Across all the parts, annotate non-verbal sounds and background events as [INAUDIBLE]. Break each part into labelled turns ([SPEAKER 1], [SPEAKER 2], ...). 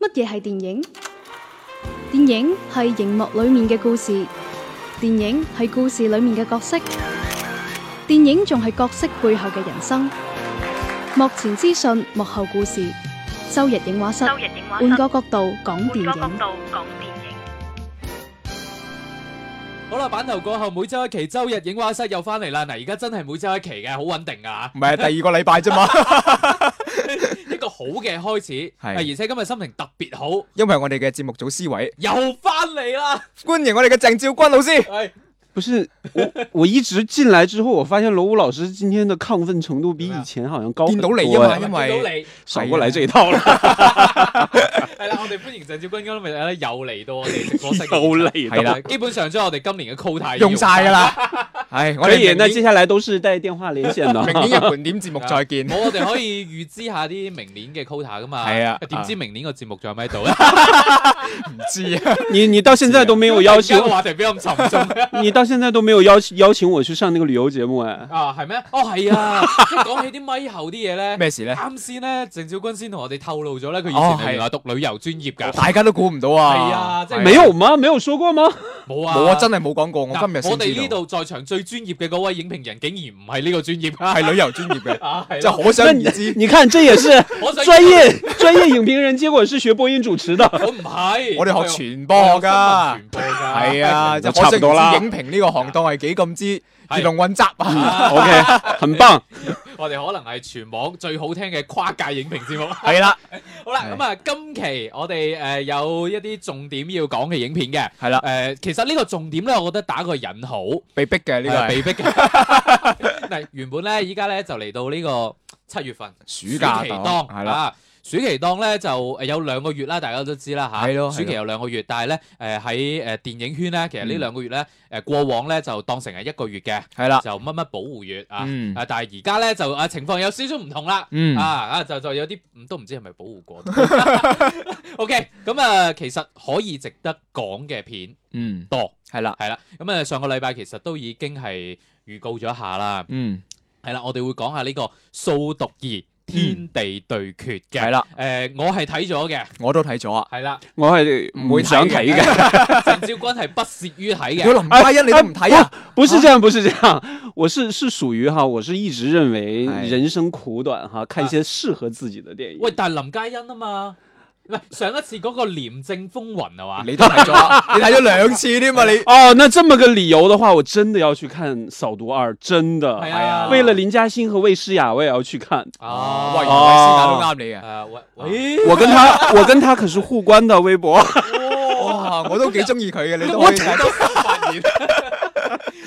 [SPEAKER 1] 乜嘢係電影？電影係熒幕裏面嘅故事，電影係故事裏面嘅角色，電影仲係角色背後嘅人生。幕前資訊，幕後故事。周日映畫室，
[SPEAKER 2] 周日影畫室
[SPEAKER 1] 換個角度講電
[SPEAKER 2] 換個角
[SPEAKER 1] 影。
[SPEAKER 2] 度講電影。
[SPEAKER 3] 好啦，版頭過後每周一期，周日影畫室又翻嚟啦。嗱，而家真係每周一期嘅，好穩定啊，
[SPEAKER 4] 唔係第二個禮拜啫嘛，
[SPEAKER 3] 一個好嘅開始。
[SPEAKER 4] 係
[SPEAKER 3] 啊而且今日心情特別好，
[SPEAKER 4] [LAUGHS] [LAUGHS] 因為我哋嘅節目組思維，
[SPEAKER 3] 又翻嚟啦。
[SPEAKER 4] 歡迎我哋嘅鄭照君老師。
[SPEAKER 3] 係
[SPEAKER 5] 不是我， [LAUGHS] 我一直进来之后，我发现罗武老师今天的亢奋程度比以前好像高很
[SPEAKER 4] 見到
[SPEAKER 5] 多。
[SPEAKER 4] 你啊嘛，
[SPEAKER 5] 哎
[SPEAKER 4] 因
[SPEAKER 3] 見到
[SPEAKER 4] 為
[SPEAKER 3] 你
[SPEAKER 5] 少过來这一套了， [LAUGHS]
[SPEAKER 3] 係啦，我哋歡迎鄭少君今日咧又嚟到我哋直播室嘅現場。
[SPEAKER 5] 又累
[SPEAKER 4] 係啦
[SPEAKER 5] 了。
[SPEAKER 3] 基本上將我哋今年嘅 quota 已經
[SPEAKER 4] 用晒 [LAUGHS] 噶。啦。唉，我
[SPEAKER 5] 可以，
[SPEAKER 4] 哋
[SPEAKER 5] 那
[SPEAKER 4] 呢
[SPEAKER 5] 接下来都是带电话连 [LAUGHS] 线的。
[SPEAKER 4] 明年嘅盤點節目再 [LAUGHS] 見。
[SPEAKER 3] 冇，我哋可以預知下啲明年嘅 quota 噶嘛。
[SPEAKER 4] 係啊
[SPEAKER 3] 點知明年個節目仲有咩喺度咧？
[SPEAKER 4] 唔知啊，
[SPEAKER 5] [LAUGHS] 你你到现在都没哎有邀请
[SPEAKER 3] [LAUGHS]
[SPEAKER 5] [LAUGHS]
[SPEAKER 3] 而家，個話題比較沉
[SPEAKER 4] [LAUGHS]
[SPEAKER 3] 重。
[SPEAKER 5] 你到现在都没有邀请邀请我去上那个旅游节目哎。
[SPEAKER 3] 啊，係咩？哦，係
[SPEAKER 4] [LAUGHS]
[SPEAKER 3] 啊，即係講起啲咪後啲嘢咧。
[SPEAKER 4] 咩 [LAUGHS] 事咧？
[SPEAKER 3] 啱先咧，鄭少君先同我哋透露咗咧，佢以
[SPEAKER 4] 哦
[SPEAKER 3] 前係
[SPEAKER 4] 係
[SPEAKER 3] 原來讀旅遊專業㗎。
[SPEAKER 4] 大家都估唔到啊。
[SPEAKER 3] 係啊即係
[SPEAKER 5] 没有吗？没有说过吗？
[SPEAKER 3] 冇啊，
[SPEAKER 4] 冇啊，真係冇講過。我
[SPEAKER 3] 嗱
[SPEAKER 4] 今日
[SPEAKER 3] 我
[SPEAKER 4] 先
[SPEAKER 3] 哋呢
[SPEAKER 4] 知道，
[SPEAKER 3] 度在場最專業嘅嗰位影評人，竟然唔係呢個專業啊！
[SPEAKER 4] [LAUGHS] 係旅遊專業嘅，
[SPEAKER 3] 啊，係
[SPEAKER 4] 就
[SPEAKER 3] 啦
[SPEAKER 4] 可想
[SPEAKER 5] 那
[SPEAKER 4] 而
[SPEAKER 5] 你
[SPEAKER 4] 知。
[SPEAKER 5] [LAUGHS] 你看，这也是
[SPEAKER 3] 我想
[SPEAKER 5] 专业 [LAUGHS] 专业影评人，结果是学播音主持的。
[SPEAKER 3] 我唔係，
[SPEAKER 4] 我哋學傳播㗎，
[SPEAKER 3] 傳播㗎，
[SPEAKER 4] 係啊，就
[SPEAKER 5] 就
[SPEAKER 4] 可想
[SPEAKER 5] 差唔多啦
[SPEAKER 4] 而知影評呢個行當係幾咁之
[SPEAKER 3] 係
[SPEAKER 4] 魚龍混雜啊。
[SPEAKER 5] 嗯 OK，很棒。
[SPEAKER 3] 我哋可能係全網最好聽嘅跨界影評節
[SPEAKER 4] [LAUGHS]
[SPEAKER 3] 目。
[SPEAKER 4] [LAUGHS] 係啦，
[SPEAKER 3] 好啦，
[SPEAKER 4] 係
[SPEAKER 3] 咁啊，今期我哋誒有一啲重點要講嘅影片嘅。
[SPEAKER 4] 係啦，
[SPEAKER 3] 誒，其實呢個重點咧，我覺得打個引號，
[SPEAKER 4] 被逼嘅
[SPEAKER 3] 係
[SPEAKER 4] 呢個 [LAUGHS] 係
[SPEAKER 3] 哎被逼嘅。 [LAUGHS] 嗱，原本咧，依家咧就嚟到呢個七月份。
[SPEAKER 4] 暑假
[SPEAKER 3] 期
[SPEAKER 4] 檔，
[SPEAKER 3] 檔
[SPEAKER 4] 係
[SPEAKER 3] 係
[SPEAKER 4] 啦，
[SPEAKER 3] 啦。暑期檔咧就誒有兩個月啦，大家都知啦嚇。
[SPEAKER 4] 係咯係咯
[SPEAKER 3] 暑期有兩個月，但係咧誒喺誒電影圈咧，其實呢
[SPEAKER 4] 嗯
[SPEAKER 3] 兩個月咧誒過往咧就當成係一個月嘅，
[SPEAKER 4] 係啦，
[SPEAKER 3] 就乜乜保護月啊。
[SPEAKER 4] 啊嗯
[SPEAKER 3] 啊，但係而家咧就啊情況有少少唔同啦。
[SPEAKER 4] 嗯
[SPEAKER 3] 啊，啊就就有啲唔都唔知係咪保護
[SPEAKER 4] [LAUGHS]
[SPEAKER 3] 過。OK，咁啊其實可以值得講嘅片
[SPEAKER 4] 嗯，
[SPEAKER 3] 多
[SPEAKER 4] 係啦，
[SPEAKER 3] 係啦。咁啊上個禮拜其實都已經係預告咗一下啦。
[SPEAKER 4] 嗯，
[SPEAKER 3] 係啦，我哋會講下呢個《掃毒二天地對決》嘅。
[SPEAKER 4] 係啦，
[SPEAKER 3] 誒，我係睇咗嘅，
[SPEAKER 4] 我都睇咗啊。
[SPEAKER 3] 係
[SPEAKER 4] [LAUGHS]
[SPEAKER 3] 啦，
[SPEAKER 5] 我系
[SPEAKER 4] 唔會睇嘅
[SPEAKER 5] 想睇嘅。
[SPEAKER 3] 鄭少君係不屑於睇
[SPEAKER 4] 如
[SPEAKER 3] 嘅。
[SPEAKER 4] 果林嘉欣你都唔睇啊？
[SPEAKER 5] 哎不是这样，不是这样，我是是属于哈，我是一直认为
[SPEAKER 4] 哎
[SPEAKER 5] 人生苦短哈，看一些适合自己的电影。
[SPEAKER 3] 喂，但係林嘉欣啊嘛，唔係上一次嗰個《廉政風雲》係嘛？
[SPEAKER 4] 你都睇咗啊，你睇咗兩次添啊！你
[SPEAKER 5] 哦，那这么个理由的话，我真的要去看《扫毒二》，真的。
[SPEAKER 3] 係
[SPEAKER 4] 係
[SPEAKER 3] 啊，
[SPEAKER 4] 啊
[SPEAKER 5] 为了林嘉欣和魏诗雅，我也要去看。
[SPEAKER 3] 啊，
[SPEAKER 4] 喂，
[SPEAKER 3] 喂
[SPEAKER 4] 原，來是但都啱
[SPEAKER 3] 誒喂喂，
[SPEAKER 5] 我跟 [LAUGHS] 他，我跟他可是互关的微博。
[SPEAKER 4] 你嘅。哇，我都幾中意佢嘅，你都
[SPEAKER 3] 我
[SPEAKER 4] 可以睇。
[SPEAKER 3] 發現 [LAUGHS]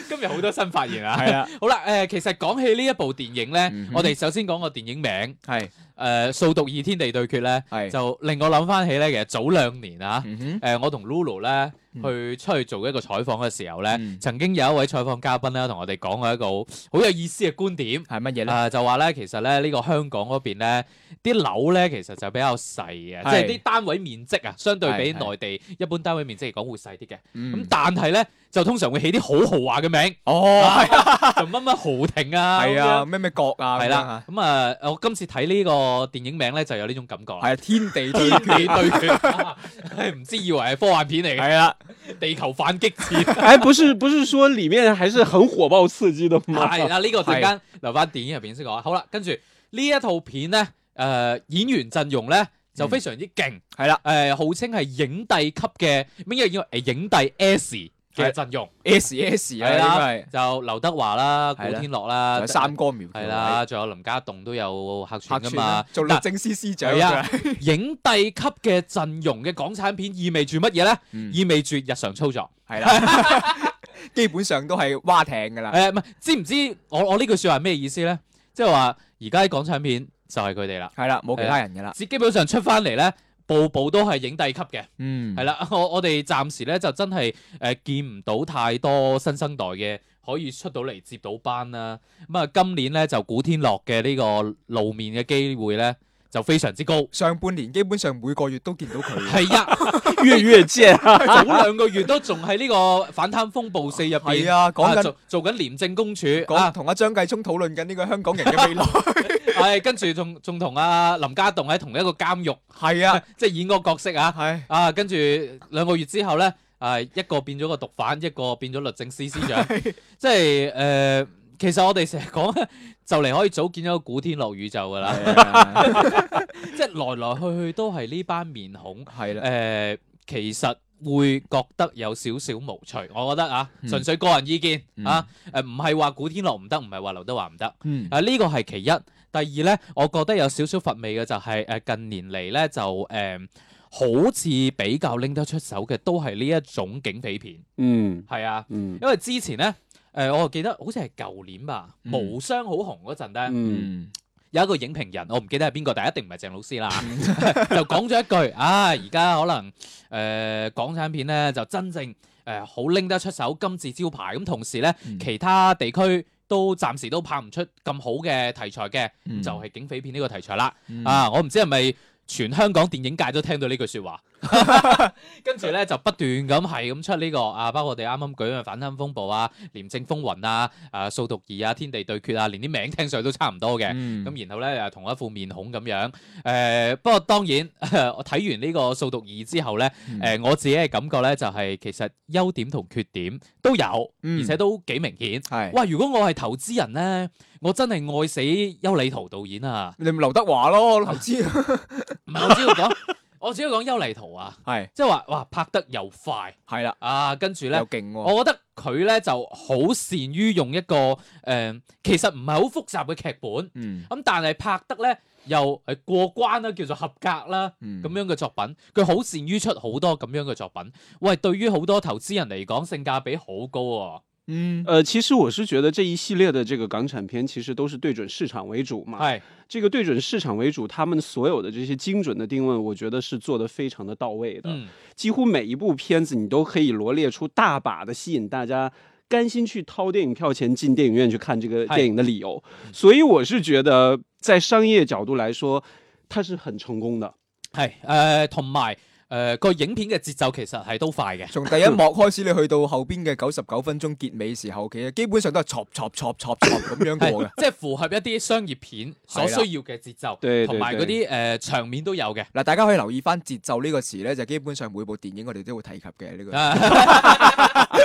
[SPEAKER 3] 今日好多新發現啊！
[SPEAKER 4] 係啊，
[SPEAKER 3] 好啦，誒，其實講起呢一部電影咧
[SPEAKER 4] 嗯，哼
[SPEAKER 3] 我哋首先講個電影名，
[SPEAKER 4] 係
[SPEAKER 3] 誒，《掃呃毒二天地對決》咧，
[SPEAKER 4] 係，
[SPEAKER 3] 就令我諗翻起咧，其實早兩年啊。
[SPEAKER 4] 嗯哼
[SPEAKER 3] 誒、我同 Lulu 咧
[SPEAKER 4] 嗯
[SPEAKER 3] 去出去做一個採訪嘅時候咧，
[SPEAKER 4] 嗯
[SPEAKER 3] 曾經有一位採訪嘉賓咧，同我哋講過一個好好有意思嘅觀點。
[SPEAKER 4] 係乜嘢
[SPEAKER 3] 誒、
[SPEAKER 4] 咧？
[SPEAKER 3] 就話咧，其實咧呢、呢個香港嗰邊咧，啲樓咧其實就比較細嘅，
[SPEAKER 4] 係
[SPEAKER 3] 即係啲單位面積啊，相對比
[SPEAKER 4] 係係
[SPEAKER 3] 內地一般單位面積嚟講會細啲嘅。咁、
[SPEAKER 4] 嗯，
[SPEAKER 3] 但係咧，就通常會起啲好豪華嘅名，
[SPEAKER 4] 哦，
[SPEAKER 3] 啊 [LAUGHS] 就乜乜豪庭啊，
[SPEAKER 4] 係啊，咩咩角啊，
[SPEAKER 3] 咁樣，係
[SPEAKER 4] 係
[SPEAKER 3] 啦
[SPEAKER 4] 啦，。
[SPEAKER 3] 咁啊，我今次睇呢個電影名咧，就有呢種感覺啦。
[SPEAKER 4] 係啊，天地對
[SPEAKER 3] 天地 [LAUGHS] 對 [LAUGHS]
[SPEAKER 4] 決，
[SPEAKER 3] 決，係唔知以為係科幻片嚟嘅。
[SPEAKER 4] 係啦，
[SPEAKER 3] 地球反擊
[SPEAKER 4] [LAUGHS]
[SPEAKER 3] 戰。
[SPEAKER 5] [LAUGHS] 哎，不是，不是说里面还是很火爆刺激的吗？
[SPEAKER 3] 係啦，呢個陣間留翻電影入邊先講。好啦，跟住呢一套片咧，誒、演員陣容咧就非常之勁，
[SPEAKER 4] 嗯係啦
[SPEAKER 3] 誒、號稱係影帝級嘅，咩叫叫誒影帝 S 嘅陣容，
[SPEAKER 4] ，S S
[SPEAKER 3] 係啦
[SPEAKER 4] 啊，應
[SPEAKER 3] 就劉德華啦、古
[SPEAKER 4] 係啦
[SPEAKER 3] 天樂
[SPEAKER 4] 該
[SPEAKER 3] 啦
[SPEAKER 4] 係，三哥苗條
[SPEAKER 3] 係，啦，仲有林家棟都有客
[SPEAKER 4] 客
[SPEAKER 3] 串噶
[SPEAKER 4] 串
[SPEAKER 3] 嘛
[SPEAKER 4] 啦，。做律
[SPEAKER 3] 嗱
[SPEAKER 4] 政司司長
[SPEAKER 3] 係啊
[SPEAKER 4] 㗎，
[SPEAKER 3] 影帝級嘅陣容嘅港產片意味住乜嘢咧？
[SPEAKER 4] 嗯
[SPEAKER 3] 意味住日常操作。
[SPEAKER 4] 係啦，基本上都係蛙艇㗎啦，
[SPEAKER 3] 誒唔係，知唔知我我呢句説話係咩意思咧？即係話而家啲港產片就係佢哋啦，
[SPEAKER 4] 係啦，冇其他人㗎啦，
[SPEAKER 3] 只基本上出翻嚟咧，步步都係影帝級嘅，
[SPEAKER 4] 嗯
[SPEAKER 3] 係，啦。 [LAUGHS] 我我哋暫時咧就真係誒、呃、見唔到太多新生代嘅可以出到嚟接到班啦。咁啊，今年咧就古天樂嘅呢個露面嘅機會咧就非常之高。
[SPEAKER 4] [LAUGHS] 上半年基本上每個月都見到佢，
[SPEAKER 3] 係啊，
[SPEAKER 5] 月月见 [LAUGHS] 啊！
[SPEAKER 3] 早兩個月都仲喺呢個反貪風暴四入邊
[SPEAKER 4] 係啊，講緊
[SPEAKER 3] 做做緊廉政公署
[SPEAKER 4] 講
[SPEAKER 3] 啊，
[SPEAKER 4] 同阿張繼聰討論緊呢個香港人嘅未
[SPEAKER 3] [LAUGHS]
[SPEAKER 4] 來。
[SPEAKER 3] 係跟住仲仲同阿林家棟喺同一個監獄，
[SPEAKER 4] 係啊，
[SPEAKER 3] [LAUGHS] 即係演個角色啊
[SPEAKER 4] 係
[SPEAKER 3] 啊！跟住兩個月之後咧，啊一個變咗個毒販，一個變咗律政司司
[SPEAKER 4] [LAUGHS]
[SPEAKER 3] 長，即係誒、呃其實我哋成日講就嚟可以組建一個古天樂宇宙㗎啦，
[SPEAKER 4] 係
[SPEAKER 3] 啊即係來來去去都係呢班面孔。誒、
[SPEAKER 4] 啦，
[SPEAKER 3] 呃其實會覺得有少少無趣，我覺得啊，
[SPEAKER 4] 嗯
[SPEAKER 3] 純粹個人意見、
[SPEAKER 4] 嗯
[SPEAKER 3] 啊，誒唔係話古天樂唔得，唔係話劉德華唔得，
[SPEAKER 4] [LAUGHS] 嗯
[SPEAKER 3] 啊呢個係其一。第二咧，我覺得有少少乏味嘅就係、誒、近年嚟咧就誒、好似比較拎得出手嘅都係呢一種警匪片，
[SPEAKER 5] 嗯
[SPEAKER 3] 係啊，
[SPEAKER 5] 嗯
[SPEAKER 3] 因為之前咧。誒、我記得好似係舊年吧，
[SPEAKER 4] 嗯
[SPEAKER 3] 無雙好紅嗰陣咧，
[SPEAKER 5] 嗯
[SPEAKER 4] 嗯，
[SPEAKER 3] 有一個影評人，我唔記得係邊個，但係一定唔係鄭老
[SPEAKER 4] [LAUGHS]
[SPEAKER 3] 師啦， [LAUGHS] 就講咗一句啊，而家可能誒、呃港產片咧就真正誒好拎得出手金字招牌，咁同時咧
[SPEAKER 4] 嗯
[SPEAKER 3] 其他地區都暫時都拍唔出咁好嘅題材嘅，
[SPEAKER 4] 嗯
[SPEAKER 3] 就係警匪片呢個題材啦。
[SPEAKER 4] 嗯 [LAUGHS]
[SPEAKER 3] 啊，我唔知係咪全香港電影界都聽到呢句説話，跟住咧就不斷咁係咁出呢、個啊，包括我哋啱啱舉嘅反貪風暴啊、廉政風雲啊、啊掃毒二啊、天地對決啊，連啲名聽上去都差唔多嘅。
[SPEAKER 4] 嗯
[SPEAKER 3] 咁然後咧又同一副面孔咁樣，誒、不過當然我睇完呢個《掃毒二》之後咧，誒、
[SPEAKER 4] 嗯
[SPEAKER 3] 我自己嘅感覺咧就係、其實優點同缺點都有，
[SPEAKER 4] 嗯
[SPEAKER 3] 而且都幾明顯。
[SPEAKER 4] 係
[SPEAKER 3] 哇！如果我係投資人咧，我真係愛死邱禮圖導演啊！
[SPEAKER 4] 你咪劉德華咯，投
[SPEAKER 3] [LAUGHS]
[SPEAKER 4] 資
[SPEAKER 3] 唔係我只要講，我只要講邱禮圖啊，
[SPEAKER 4] 係
[SPEAKER 3] 即係話哇拍得又快
[SPEAKER 4] 係啦，
[SPEAKER 3] 啊，跟住
[SPEAKER 4] 又
[SPEAKER 3] 咧。
[SPEAKER 4] 勁喎，
[SPEAKER 3] 我覺得佢咧就好善於用一個誒、其實唔係好複雜嘅劇本，
[SPEAKER 4] 嗯
[SPEAKER 3] 咁但係拍得咧又係過關啦，叫做合格啦
[SPEAKER 4] 嗯
[SPEAKER 3] 咁樣嘅作品，佢好善於出好多咁樣嘅作品。喂，對於好多投資人嚟講，性價比好高喎、
[SPEAKER 4] 嗯
[SPEAKER 5] 呃，其实我是觉得这一系列的这个港产片，其实都是对准市场为主嘛。
[SPEAKER 3] 係
[SPEAKER 5] 这个对准市场为主，他们所有的这些精准的定位，我觉得是做得非常的到位的。
[SPEAKER 3] 嗯
[SPEAKER 5] 几乎每一部片子，你都可以罗列出大把的吸引大家甘心去掏电影票钱进电影院去看这个
[SPEAKER 3] 嗨嗯
[SPEAKER 5] 电影的理由。所以我是觉得，在商业角度来说，它是很成功的。
[SPEAKER 3] 係誒，同埋誒個影片嘅節奏其實係都快嘅。
[SPEAKER 4] 從第一幕開始，你去到後邊嘅九十九分鐘結尾時候，其實基本上都係戳戳戳戳戳咁樣過嘅
[SPEAKER 3] 係。即係符合一啲商業片所需要嘅節奏
[SPEAKER 5] 對對，
[SPEAKER 3] 同埋嗰啲誒場面都有嘅。
[SPEAKER 4] 嗱，大家可以留意翻節奏呢個詞咧，就基本上每部電影我哋都會提及嘅呢個。
[SPEAKER 3] 啊 [LAUGHS]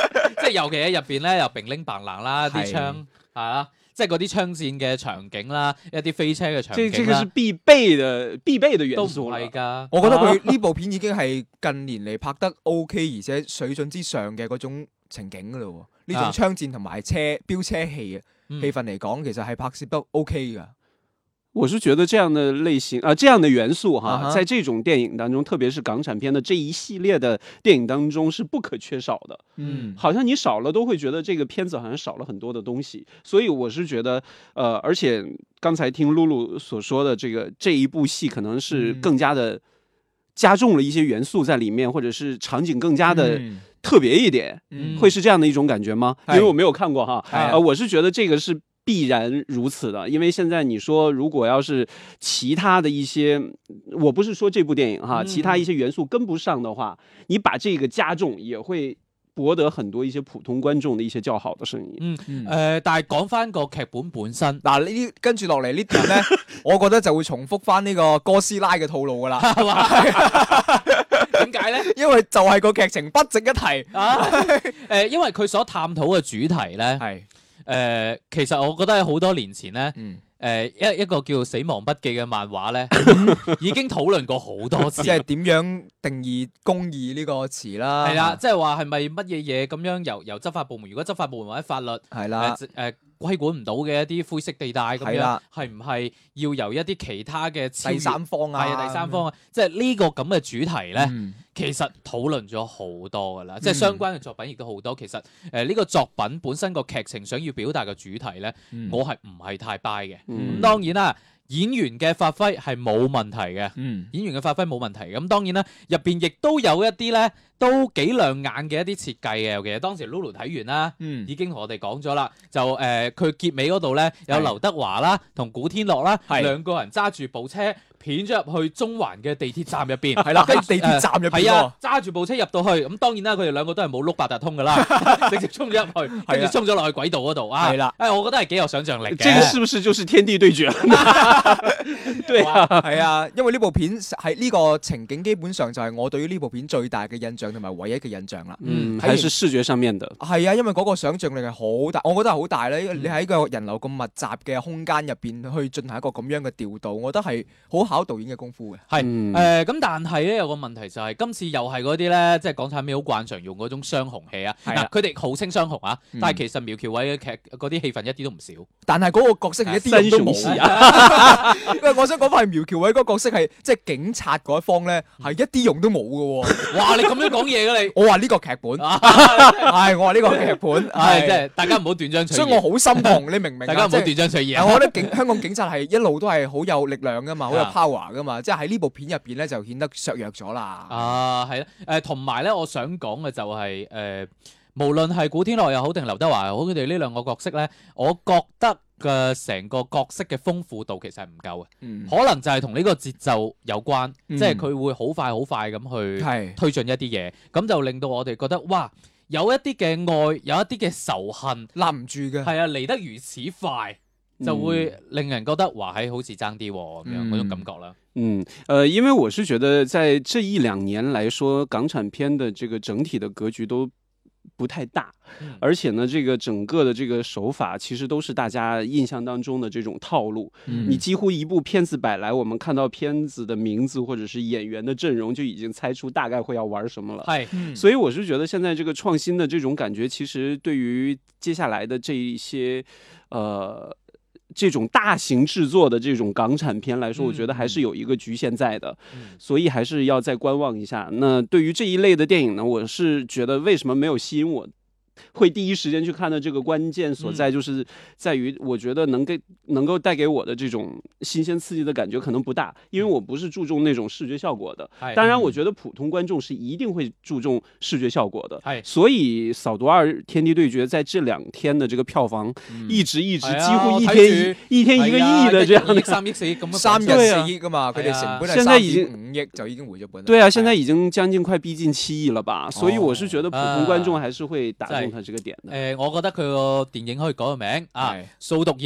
[SPEAKER 3] 即係尤其喺入邊咧，又並拎白冷啦，啲
[SPEAKER 4] 係
[SPEAKER 3] 槍係啦，即係嗰啲槍戰嘅場景啦，一啲飛車嘅場
[SPEAKER 5] 这这
[SPEAKER 3] 景
[SPEAKER 5] 个是
[SPEAKER 3] 啦，
[SPEAKER 5] 必备的必备的
[SPEAKER 3] 啊都
[SPEAKER 5] 元
[SPEAKER 3] 唔
[SPEAKER 5] 素了
[SPEAKER 3] 係。㗎。
[SPEAKER 4] 我覺得佢呢部片已經係近年嚟拍得 OK，而且水準之上嘅嗰種情景噶咯喎。
[SPEAKER 3] 啊
[SPEAKER 4] 呢種槍戰同埋車飆車戲
[SPEAKER 3] 嗯
[SPEAKER 4] 嘅氣氛啊嚟講，其實係拍攝得 OK 噶。
[SPEAKER 5] 我是觉得这样的类型啊、这样的元素哈
[SPEAKER 3] 嗯
[SPEAKER 4] 啊哈
[SPEAKER 5] 在这种电影当中，特别是港产片的这一系列的电影当中是不可缺少的。
[SPEAKER 3] 嗯
[SPEAKER 5] 好像你少了都会觉得这个片子好像少了很多的东西，所以我是觉得，呃，而且刚才听露露所说的这个这一部戏可能是
[SPEAKER 4] 嗯
[SPEAKER 5] 更加的加重了一些元素在里面，或者是场景更
[SPEAKER 3] 啊
[SPEAKER 5] 加的
[SPEAKER 4] 嗯
[SPEAKER 5] 特别一点，
[SPEAKER 3] 嗯
[SPEAKER 5] 会是这样的一种感觉吗？因
[SPEAKER 4] 哎
[SPEAKER 5] 为我没有看过哈，
[SPEAKER 4] 哎
[SPEAKER 5] 呃，我是觉得这个是必然如此的，因为现在你说如果要是其他的一些，我不是说这部电影哈，
[SPEAKER 3] 嗯
[SPEAKER 5] 其他一些元素跟不上的话，你把这个加重也会博得很多一些普通观众的一些叫好的声音。
[SPEAKER 3] 誒、但係講翻個劇本本 [LAUGHS] 身，
[SPEAKER 4] 嗱，呢啲跟住落嚟
[SPEAKER 3] [LAUGHS]
[SPEAKER 4] 呢段咧，我覺得就會重複翻呢個哥斯拉嘅套路噶啦，
[SPEAKER 3] 係嘛？點解咧？
[SPEAKER 4] 因為就係個劇情不值一提。
[SPEAKER 3] [LAUGHS] 啊，誒、因為佢所探討嘅主題咧，誒、
[SPEAKER 4] 係，
[SPEAKER 3] 其實我覺得喺好多年前咧，誒、
[SPEAKER 4] 嗯，
[SPEAKER 3] 一一個叫《死亡筆記》嘅漫畫咧， [LAUGHS] 已經討論過好多次
[SPEAKER 4] 即。係點樣定義公義呢個詞啦？
[SPEAKER 3] 係啦，，即係話係咪乜嘢嘢咁樣由由執法部門，如果執法部門或者法律
[SPEAKER 4] 係
[SPEAKER 3] 誒
[SPEAKER 4] 啦，
[SPEAKER 3] 誒、呃規管唔到嘅一啲灰色地帶咁
[SPEAKER 4] 係
[SPEAKER 3] 樣
[SPEAKER 4] 啦，
[SPEAKER 3] 係唔係要由一啲其他嘅超
[SPEAKER 4] 第
[SPEAKER 3] 越
[SPEAKER 4] 三方啊，
[SPEAKER 3] 係啊第三方啊，即係呢個咁嘅主題咧？
[SPEAKER 4] 嗯
[SPEAKER 3] 其實討論咗好多㗎啦，即係相關嘅作品亦都好多。其實誒呃呢、個作品本身個劇情想要表達嘅主題咧，
[SPEAKER 4] 嗯
[SPEAKER 3] 我係唔係太 buy 嘅。
[SPEAKER 5] 嗯
[SPEAKER 3] 咁當然啦，演員嘅發揮係冇問題嘅。
[SPEAKER 4] 嗯
[SPEAKER 3] 演員嘅發揮冇問題，咁當然啦，入邊亦都有一啲咧都幾亮眼嘅一啲設計嘅，尤其係當時 Lulu 睇完啦，
[SPEAKER 4] 嗯
[SPEAKER 3] 已經同我哋講咗啦，就呃誒佢、結尾嗰度咧有
[SPEAKER 4] 係
[SPEAKER 3] 劉德華啦同古天樂啦
[SPEAKER 4] 係
[SPEAKER 3] 兩個人揸住部車片咗入去中環嘅地鐵站入
[SPEAKER 4] [LAUGHS]
[SPEAKER 3] 邊。
[SPEAKER 4] 係啦，喺地鐵站入邊
[SPEAKER 3] 係
[SPEAKER 4] 喎
[SPEAKER 3] 啊，，揸住部車入到去，咁當然啦，佢哋兩個都係冇碌八達通噶啦，直接衝咗入去，跟
[SPEAKER 4] 係
[SPEAKER 3] 住
[SPEAKER 4] 啊
[SPEAKER 3] 衝咗落去軌道嗰度啊！
[SPEAKER 4] 係啦，
[SPEAKER 3] 誒，我覺得係幾有想像力嘅。
[SPEAKER 5] 这个是不是就是天地对决？对啊，
[SPEAKER 4] 係啊，因為呢部片喺呢個情景基本上就係我對於呢部片最大嘅印象同埋唯一嘅印象啦。
[SPEAKER 5] 嗯，
[SPEAKER 4] 还有
[SPEAKER 5] 还是视觉上面的。
[SPEAKER 4] 係啊，因為嗰個想像力係好大，我覺得係好大咧。因為
[SPEAKER 3] 嗯
[SPEAKER 4] 你喺個人流咁密集嘅空間入邊去進行一個咁樣嘅調度，我覺得係好考導演嘅功夫嘅。
[SPEAKER 3] 係
[SPEAKER 5] 嗯
[SPEAKER 3] 誒呃咁，但係咧有個問題就係今次又係嗰啲咧，即係港產片好慣常用嗰種雙雄戲啊。
[SPEAKER 4] 係啊
[SPEAKER 3] 嗱，佢哋號稱雙雄啊，
[SPEAKER 4] 嗯
[SPEAKER 3] 但係其實苗僑偉嘅劇嗰啲戲份一啲都唔少。
[SPEAKER 4] 但係嗰個角色係一啲用都冇
[SPEAKER 5] 三
[SPEAKER 4] 嘅
[SPEAKER 5] 雄戲啊，
[SPEAKER 4] 因為我想講翻係苗僑偉嗰個角色係即係警察嗰一方咧，係一啲用都冇嘅喎。，
[SPEAKER 3] 啊哇！你咁樣講嘢嘅你
[SPEAKER 4] 我話呢個劇 [LAUGHS] 本，
[SPEAKER 3] 啊
[SPEAKER 4] 係我話呢個劇 [LAUGHS] 本，
[SPEAKER 3] 係即
[SPEAKER 4] 係，
[SPEAKER 3] 係大家唔好斷章取
[SPEAKER 4] 所以我
[SPEAKER 3] 義，
[SPEAKER 4] 好
[SPEAKER 3] [LAUGHS]
[SPEAKER 4] 心痛，你明唔明啊？
[SPEAKER 3] 大家唔好
[SPEAKER 4] 即係
[SPEAKER 3] 斷章取義
[SPEAKER 4] 我
[SPEAKER 3] 啊。
[SPEAKER 4] 覺得警香港警察係一路都係好有力量
[SPEAKER 3] [LAUGHS]
[SPEAKER 4] 噶嘛，好有
[SPEAKER 3] 啊
[SPEAKER 4] power 噶嘛，即係喺呢部片入邊咧就顯得削弱咗啦。
[SPEAKER 3] [LAUGHS] 啊，係啦，誒同埋咧，我想講嘅就係誒，無論係古天樂又好定劉德華又好，佢哋呢兩個角色咧，我覺得嘅成個角色嘅豐富度其實係唔夠嘅，
[SPEAKER 4] 嗯，
[SPEAKER 3] 可能就係同呢個節奏有關，即
[SPEAKER 4] 嗯
[SPEAKER 3] 係佢會好快好快咁去。
[SPEAKER 4] 係
[SPEAKER 3] 推進一啲嘢，咁就令到我哋覺得哇，有一啲嘅愛，有一啲嘅仇恨，
[SPEAKER 4] 立唔住嘅。
[SPEAKER 3] 係啊嚟得如此快，就會令人覺得哇，係好似爭啲喎咁樣
[SPEAKER 4] 嗯
[SPEAKER 3] 嗰種感覺啦。
[SPEAKER 5] 嗯，呃，因为我是觉得在这一两年来说，港产片的这个整体的格局都不太大，
[SPEAKER 3] 嗯
[SPEAKER 5] 而且呢，这个整个的这个手法其实都是大家印象当中的这种套路。
[SPEAKER 4] 嗯
[SPEAKER 5] 你几乎一部片子摆来，我们看到片子的名字或者是演员的阵容，就已经猜出大概会要玩什么了。
[SPEAKER 3] 係
[SPEAKER 4] 嗯
[SPEAKER 5] 所以我是觉得现在这个创新的这种感觉，其实对于接下来的这一些，呃，这种大型制作的这种港产片来说，我觉得还是有一个局限在的，
[SPEAKER 3] 嗯
[SPEAKER 5] 所以还是要再观望一下。那对于这一类的电影呢，我是觉得为什么没有吸引我？会第一时间去看的这个关键所在，就是在于我觉得能给能够带给我的这种新鲜刺激的感觉可能不大，因为我不是注重那种视觉效果的，
[SPEAKER 3] 係
[SPEAKER 5] 当然，我觉得普通观众是一定会注重视觉效果的。
[SPEAKER 3] 係
[SPEAKER 5] 所以《扫毒二：天地对决》在这两天的这个票房一直一直
[SPEAKER 3] 哎呀
[SPEAKER 5] 几乎一
[SPEAKER 3] 我睇
[SPEAKER 5] 天
[SPEAKER 3] 住
[SPEAKER 5] 一一天一个亿哎的这样
[SPEAKER 3] 哎一
[SPEAKER 5] 的
[SPEAKER 3] 億。三億四億咁樣
[SPEAKER 4] 三日
[SPEAKER 5] 對啊
[SPEAKER 4] 四億噶嘛，佢
[SPEAKER 3] 係
[SPEAKER 4] 哋
[SPEAKER 3] 啊
[SPEAKER 4] 成本係
[SPEAKER 5] 現
[SPEAKER 4] 三
[SPEAKER 5] 在已經
[SPEAKER 4] 點五億就已經回咗本啦。
[SPEAKER 5] 对啊，现在
[SPEAKER 4] 係
[SPEAKER 5] 已经将近快逼近七亿了吧，所以我是觉得普通观众还是会打
[SPEAKER 3] 啊
[SPEAKER 5] 中他这个点的。
[SPEAKER 3] 誒，我覺得佢個電影可以改個名啊，《
[SPEAKER 4] 係
[SPEAKER 3] 掃毒二》。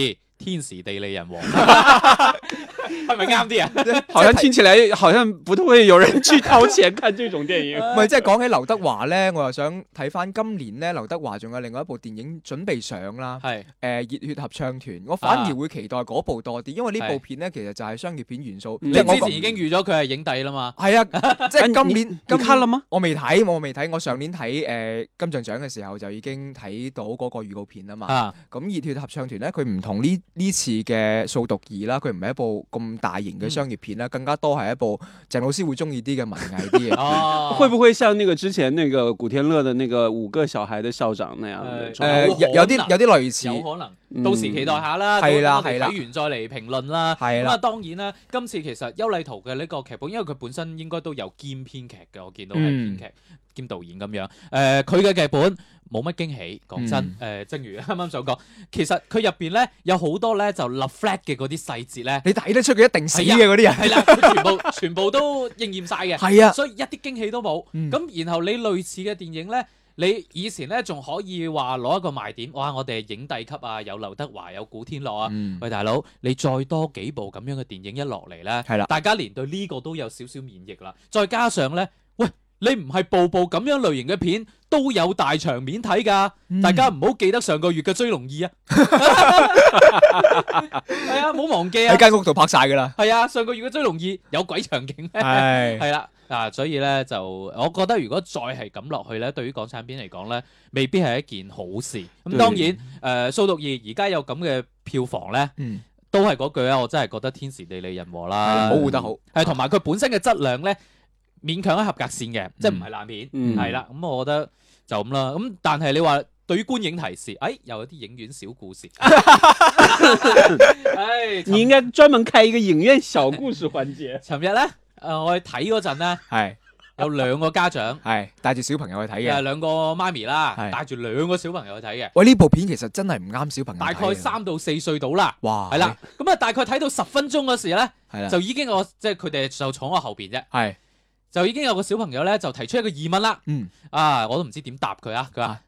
[SPEAKER 3] 天時地利人和， [LAUGHS] 係咪啱啲啊？
[SPEAKER 5] 好像听起来好像不会有人去掏钱看这种电 [LAUGHS] 影。
[SPEAKER 4] 唔係即係講起劉德華咧，我又想睇翻今年咧，劉德華仲有另外一部電影準備上啦。
[SPEAKER 5] [LAUGHS]
[SPEAKER 3] 係
[SPEAKER 4] 誒熱血合唱團，我反
[SPEAKER 3] 啊
[SPEAKER 4] 而會期待嗰部多啲，因為呢部
[SPEAKER 3] 係
[SPEAKER 4] 片咧其實就係商業片元素。
[SPEAKER 5] 嗯
[SPEAKER 3] 你
[SPEAKER 4] 即係我
[SPEAKER 3] 之前已經預咗佢係影帝啦嘛？[LAUGHS]
[SPEAKER 4] 係啊，即係今年
[SPEAKER 5] 哎你
[SPEAKER 4] 今
[SPEAKER 5] 看了吗？
[SPEAKER 4] 我未睇，我未睇。我上年睇誒、呃金像獎嘅時候就已經睇到嗰個預告片啊嘛。
[SPEAKER 3] 啊，
[SPEAKER 4] 咁、熱血合唱團咧，佢唔同呢呢次嘅掃毒二啦，佢唔係一部咁大型嘅
[SPEAKER 3] 嗯
[SPEAKER 4] 商業片啦，更加多係一部鄭老師會中意啲嘅文藝
[SPEAKER 3] [LAUGHS]
[SPEAKER 4] 啲嘅。
[SPEAKER 5] [LAUGHS]
[SPEAKER 3] 哦，
[SPEAKER 5] 会不会像那个之前那个古天乐的那个五个小孩的校长那样
[SPEAKER 3] 呃
[SPEAKER 5] 的
[SPEAKER 4] 誒、
[SPEAKER 5] 状态？
[SPEAKER 3] 呃
[SPEAKER 4] 有有啲有啲類似，
[SPEAKER 3] 有可能？
[SPEAKER 5] 嗯
[SPEAKER 3] 到時期待下啦，
[SPEAKER 4] 係啦
[SPEAKER 3] 到我哋
[SPEAKER 4] 係啦
[SPEAKER 3] 睇完再嚟評論啦。
[SPEAKER 4] 係
[SPEAKER 3] 咁啊，
[SPEAKER 4] 啦，
[SPEAKER 3] 當然啦，今次其實邱禮圖嘅呢個劇本，因為佢本身應該都有兼編劇嘅，我見到係編
[SPEAKER 4] 嗯
[SPEAKER 3] 劇兼導演咁樣。誒、佢嘅劇本冇乜驚喜，講真。誒、
[SPEAKER 4] 嗯
[SPEAKER 3] 正如啱啱所講，其實佢入邊咧有好多咧就立 flag 嘅嗰啲細節
[SPEAKER 4] [LAUGHS]
[SPEAKER 3] 咧，
[SPEAKER 4] 你睇得出佢一定死
[SPEAKER 3] 係啊
[SPEAKER 4] 嘅嗰啲人。
[SPEAKER 3] 係啦，佢全部全部都應驗晒
[SPEAKER 4] [LAUGHS]
[SPEAKER 3] 嘅，
[SPEAKER 4] 係啊，
[SPEAKER 3] 所以一啲驚喜都冇。
[SPEAKER 4] 嗯
[SPEAKER 3] 咁、然後你類似嘅電影咧。你以前咧仲可以話攞一個賣點，哇！我哋係影帝級啊，有劉德華，有古天樂啊，
[SPEAKER 4] 嗯
[SPEAKER 3] 喂，大佬，你再多幾部咁樣嘅電影一落嚟咧，
[SPEAKER 4] 係啦
[SPEAKER 3] 大家連對呢個都有少少免疫啦。再加上咧，喂，你唔係部部咁樣類型嘅片都有大場面睇㗎，
[SPEAKER 4] 嗯
[SPEAKER 3] 大家唔好記得上個月嘅《追龍二》
[SPEAKER 4] [LAUGHS]
[SPEAKER 3] 啊，係啊，冇忘記啊
[SPEAKER 4] 喺，間屋度拍晒㗎啦。
[SPEAKER 3] 係啊，上個月嘅《追龍二》有鬼場景咩？
[SPEAKER 4] 係
[SPEAKER 3] [LAUGHS] 係啦，啊，所以咧就，我覺得如果再係咁落去咧，對於港產片嚟講咧，未必係一件好事。咁
[SPEAKER 5] 對
[SPEAKER 3] 當然，誒、呃掃毒二》而家有咁嘅票房咧。
[SPEAKER 4] 嗯，
[SPEAKER 3] 都係嗰句啊，我真係覺得天時地利人和啦，
[SPEAKER 4] 保護得啊嗯好。
[SPEAKER 3] 係同埋佢本身嘅質量咧，勉強喺合格線嘅，即係唔係爛片，
[SPEAKER 5] 嗯
[SPEAKER 3] 係啦、咁我覺得就咁啦。咁但係你話對於觀影提示，誒、哎又有啲影院小故
[SPEAKER 4] [LAUGHS]
[SPEAKER 3] 事，唉，
[SPEAKER 5] [LAUGHS] 你
[SPEAKER 3] 尋
[SPEAKER 5] 应该专门开一个影院小故事环节。
[SPEAKER 3] 呃尋日咧，誒、我去睇嗰陣咧，
[SPEAKER 4] 係
[SPEAKER 3] 有兩個家長，
[SPEAKER 4] 系帶住小朋友去睇
[SPEAKER 3] 誒
[SPEAKER 4] 嘅。
[SPEAKER 3] 兩個媽咪啦，
[SPEAKER 4] 啊係
[SPEAKER 3] 帶住兩個小朋友去睇嘅，
[SPEAKER 4] 喂，呢部片其實真係啊唔啱小朋友睇
[SPEAKER 3] 大
[SPEAKER 4] 嘅
[SPEAKER 3] 概三到四歲到啦。
[SPEAKER 4] 哇，
[SPEAKER 3] 係啦，咁啊，大概睇到十分鐘嗰時咧，
[SPEAKER 4] 係，係啦，啊
[SPEAKER 3] 就已經我即係佢哋就坐我後邊啫，
[SPEAKER 4] 係
[SPEAKER 3] 就已經有個小朋友咧就提出一個疑問啦。
[SPEAKER 4] 嗯，
[SPEAKER 3] [LAUGHS] 啊，我都唔知點答佢啊。佢話
[SPEAKER 4] 啊：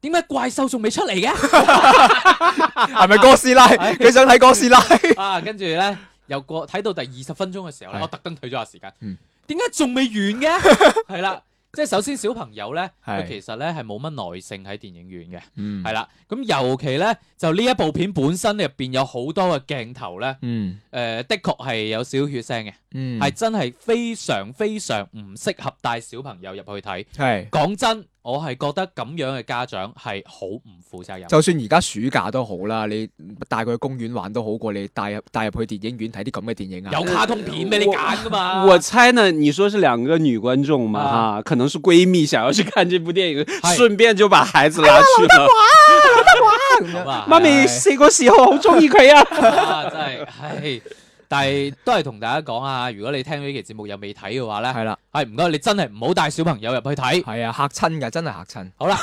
[SPEAKER 3] 點解怪獸仲未出嚟
[SPEAKER 4] [LAUGHS]
[SPEAKER 3] 嘅？
[SPEAKER 4] 係咪
[SPEAKER 3] [LAUGHS]
[SPEAKER 4] 哥斯拉？佢想睇哥斯拉？
[SPEAKER 3] 啊，跟住咧又過睇到第二十分鐘嘅時候咧，
[SPEAKER 4] 係
[SPEAKER 3] 我特登退咗下時間
[SPEAKER 4] 嗯。
[SPEAKER 3] 點解仲未完嘅？
[SPEAKER 4] [LAUGHS]
[SPEAKER 3] 係啦，即係首先小朋友咧，佢
[SPEAKER 4] 係
[SPEAKER 3] 其實咧係冇乜耐性喺電影院嘅。
[SPEAKER 4] 嗯
[SPEAKER 3] 係啦，咁尤其咧就呢一部片本身入邊有好多嘅鏡頭咧，誒、
[SPEAKER 4] 嗯
[SPEAKER 3] 呃的確係有少少血腥嘅，
[SPEAKER 4] 嗯
[SPEAKER 3] 係、真係非常非常唔適合帶小朋友入去睇。
[SPEAKER 4] 係。
[SPEAKER 3] 講真，我係覺得咁樣嘅家長係好唔負責任。
[SPEAKER 4] 就算而家暑假都好啦，你帶佢去公園玩都好過你帶入帶入去電影院睇啲咁嘅電影啊。
[SPEAKER 3] 有卡通片俾你揀噶嘛？
[SPEAKER 5] 我猜呢，你说是两个女观众嘛？哈、
[SPEAKER 3] 啊
[SPEAKER 5] 可能是闺蜜想要去看这部电影
[SPEAKER 3] 嗨，
[SPEAKER 5] 顺便就把孩子拉去了。
[SPEAKER 3] 咁啊
[SPEAKER 5] 妈咪细个时 [LAUGHS] 候好中意佢啊！
[SPEAKER 3] [LAUGHS] 啊真係，唉，但係都係同大家講啊，如果你聽到呢期節目又未睇嘅話咧，
[SPEAKER 4] 係啦，
[SPEAKER 3] 係唔該你真係唔好帶小朋友入去睇。
[SPEAKER 4] 係啊，嚇親㗎，真係嚇親。
[SPEAKER 3] 好啦，